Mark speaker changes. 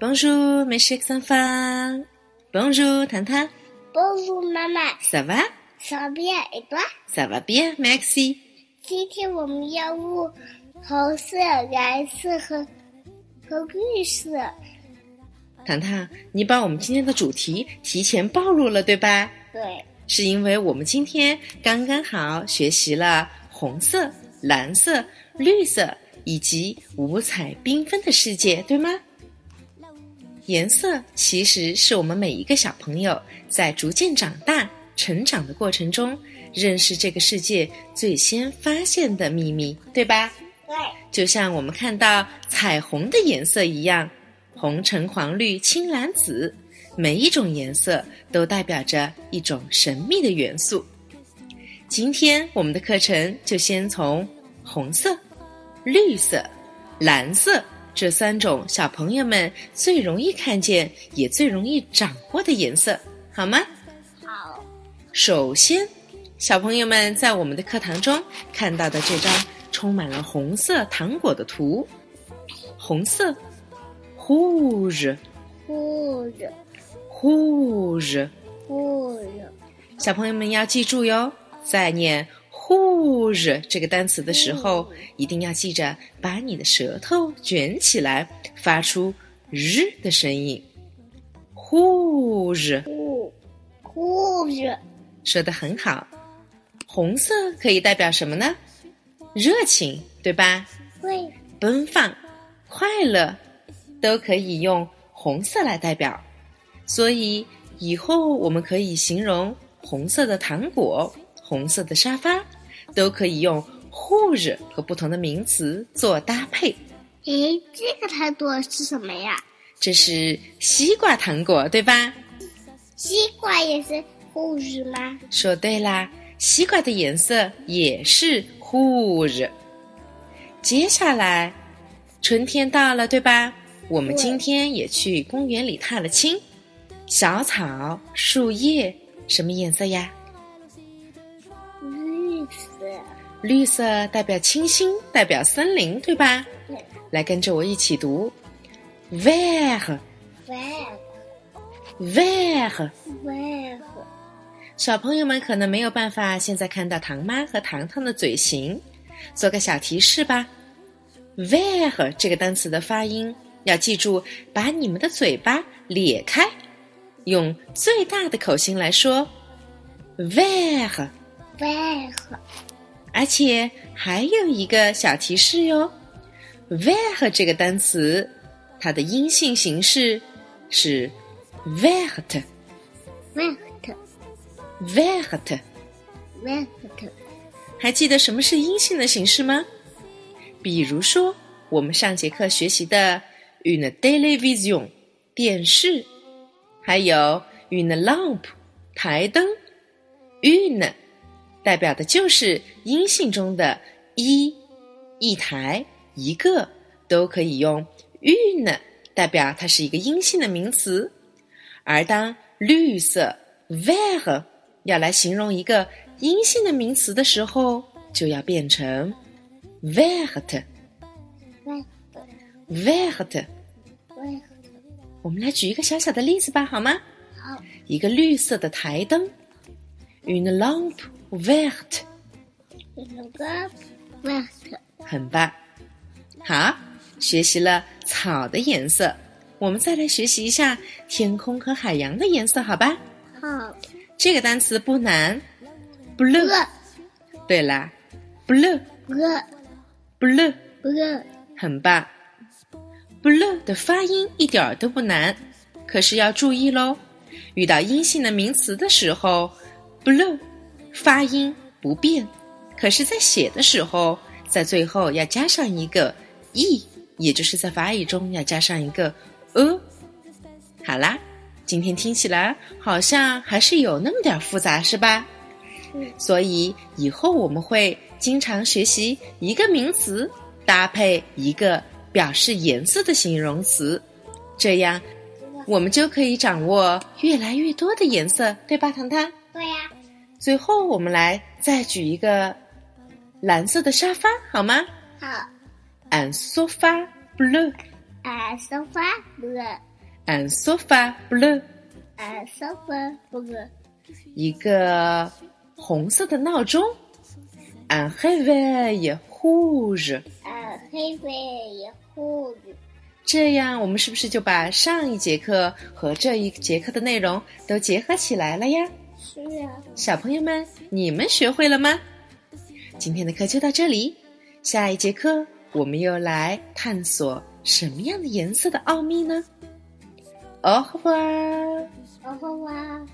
Speaker 1: Bonjour, mes chers enfants. Bonjour, Tantan.
Speaker 2: Bonjour maman，
Speaker 1: Ça va?
Speaker 2: 小便一段。
Speaker 1: Ça va bien, Maxi?
Speaker 2: 今天我们要用红色、蓝色和和绿色。
Speaker 1: 糖糖，你把我们今天的主题提前暴露了，对吧？
Speaker 2: 对，
Speaker 1: 是因为我们今天刚刚好学习了红色、蓝色、绿色以及五彩缤纷的世界，对吗？颜色其实是我们每一个小朋友在逐渐长大、成长的过程中，认识这个世界最先发现的秘密，对吧？
Speaker 2: 对，
Speaker 1: 就像我们看到彩虹的颜色一样，红、橙、黄、绿、青、蓝、紫，每一种颜色都代表着一种神秘的元素。今天我们的课程就先从红色、绿色、蓝色这三种小朋友们最容易看见也最容易掌握的颜色，好吗？
Speaker 2: 好，
Speaker 1: 首先，小朋友们在我们的课堂中看到的这张充满了红色糖果的图，红色，rouge
Speaker 2: 护着
Speaker 1: rouge，
Speaker 2: 护着
Speaker 1: 小朋友们要记住哟，在念 rouge 这个单词的时候，一定要记着把你的舌头卷起来，发出日的声音，rouge。
Speaker 2: 护护着
Speaker 1: 说的很好。红色可以代表什么呢？热情，对吧？
Speaker 2: 会
Speaker 1: 奔放、快乐，都可以用红色来代表。所以以后我们可以形容红色的糖果、红色的沙发，都可以用 “rouge” 和不同的名词做搭配。
Speaker 2: 诶，哎这个糖果是什么呀？
Speaker 1: 这是西瓜糖果，对吧？
Speaker 2: 西瓜也是护着吗？
Speaker 1: 说对啦，西瓜的颜色也是 rouge。接下来，春天到了，对吧？我们
Speaker 2: 对
Speaker 1: 今天也去公园里踏了青，小草、树叶什么颜色呀？
Speaker 2: 绿色。
Speaker 1: 绿色代表清新，代表森林，对吧？
Speaker 2: 对
Speaker 1: 来跟着我一起读，vert
Speaker 2: ，vert
Speaker 1: vert。
Speaker 2: vert
Speaker 1: 小朋友们可能没有办法现在看到唐妈和糖糖的嘴型，做个小提示吧。where 这个单词的发音要记住，把你们的嘴巴咧开，用最大的口型来说 where。
Speaker 2: vert
Speaker 1: 而且还有一个小提示哟，where 这个单词，它的阴性形式是 wert
Speaker 2: vert
Speaker 1: wert。
Speaker 2: vert
Speaker 1: 还记得什么是阴性的形式吗？比如说，我们上节课学习的 une télévision 电视，还有 une lamp 台灯，une 代表的就是阴性中的一、一台、一个，都可以用 une 代表它是一个阴性的名词。而当绿色 （vert） 要来形容一个阴性的名词的时候，就要变成 vert
Speaker 2: vert
Speaker 1: vert。
Speaker 2: vert
Speaker 1: 我们来举一个小小的例子吧，好吗？
Speaker 2: 好
Speaker 1: 一个绿色的台灯，une lampe verte，
Speaker 2: 有个 vert
Speaker 1: 很棒。好，学习了草的颜色，我们再来学习一下天空和海洋的颜色，好吧？
Speaker 2: 好
Speaker 1: 这个单词不难，blue。
Speaker 2: 个
Speaker 1: 对啦，blue
Speaker 2: 个
Speaker 1: blue
Speaker 2: 个
Speaker 1: 很棒，blue 的发音一点儿都不难，可是要注意喽，遇到阴性的名词的时候，blue 发音不变，可是在写的时候，在最后要加上一个 e，也就是在法语中要加上一个 e。好啦，今天听起来好像还是有那么点儿复杂，是吧？所以以后我们会经常学习一个名词搭配一个表示颜色的形容词，这样我们就可以掌握越来越多的颜色，对吧，糖糖？
Speaker 2: 对呀
Speaker 1: 最后我们来再举一个蓝色的沙发，好吗
Speaker 2: 好
Speaker 1: ？Un sofa bleu，
Speaker 2: 啊，沙发 bleu
Speaker 1: and sofa blue，
Speaker 2: a sofa blue，
Speaker 1: 一个红色的闹钟，and réveil rouge。
Speaker 2: a réveil rouge。
Speaker 1: 这样，我们是不是就把上一节课和这一节课的内容都结合起来了呀？
Speaker 2: 是啊，
Speaker 1: 小朋友们，你们学会了吗？今天的课就到这里，下一节课我们又来探索什么样的颜色的奥秘呢？哦，好吧。
Speaker 2: 然后啊。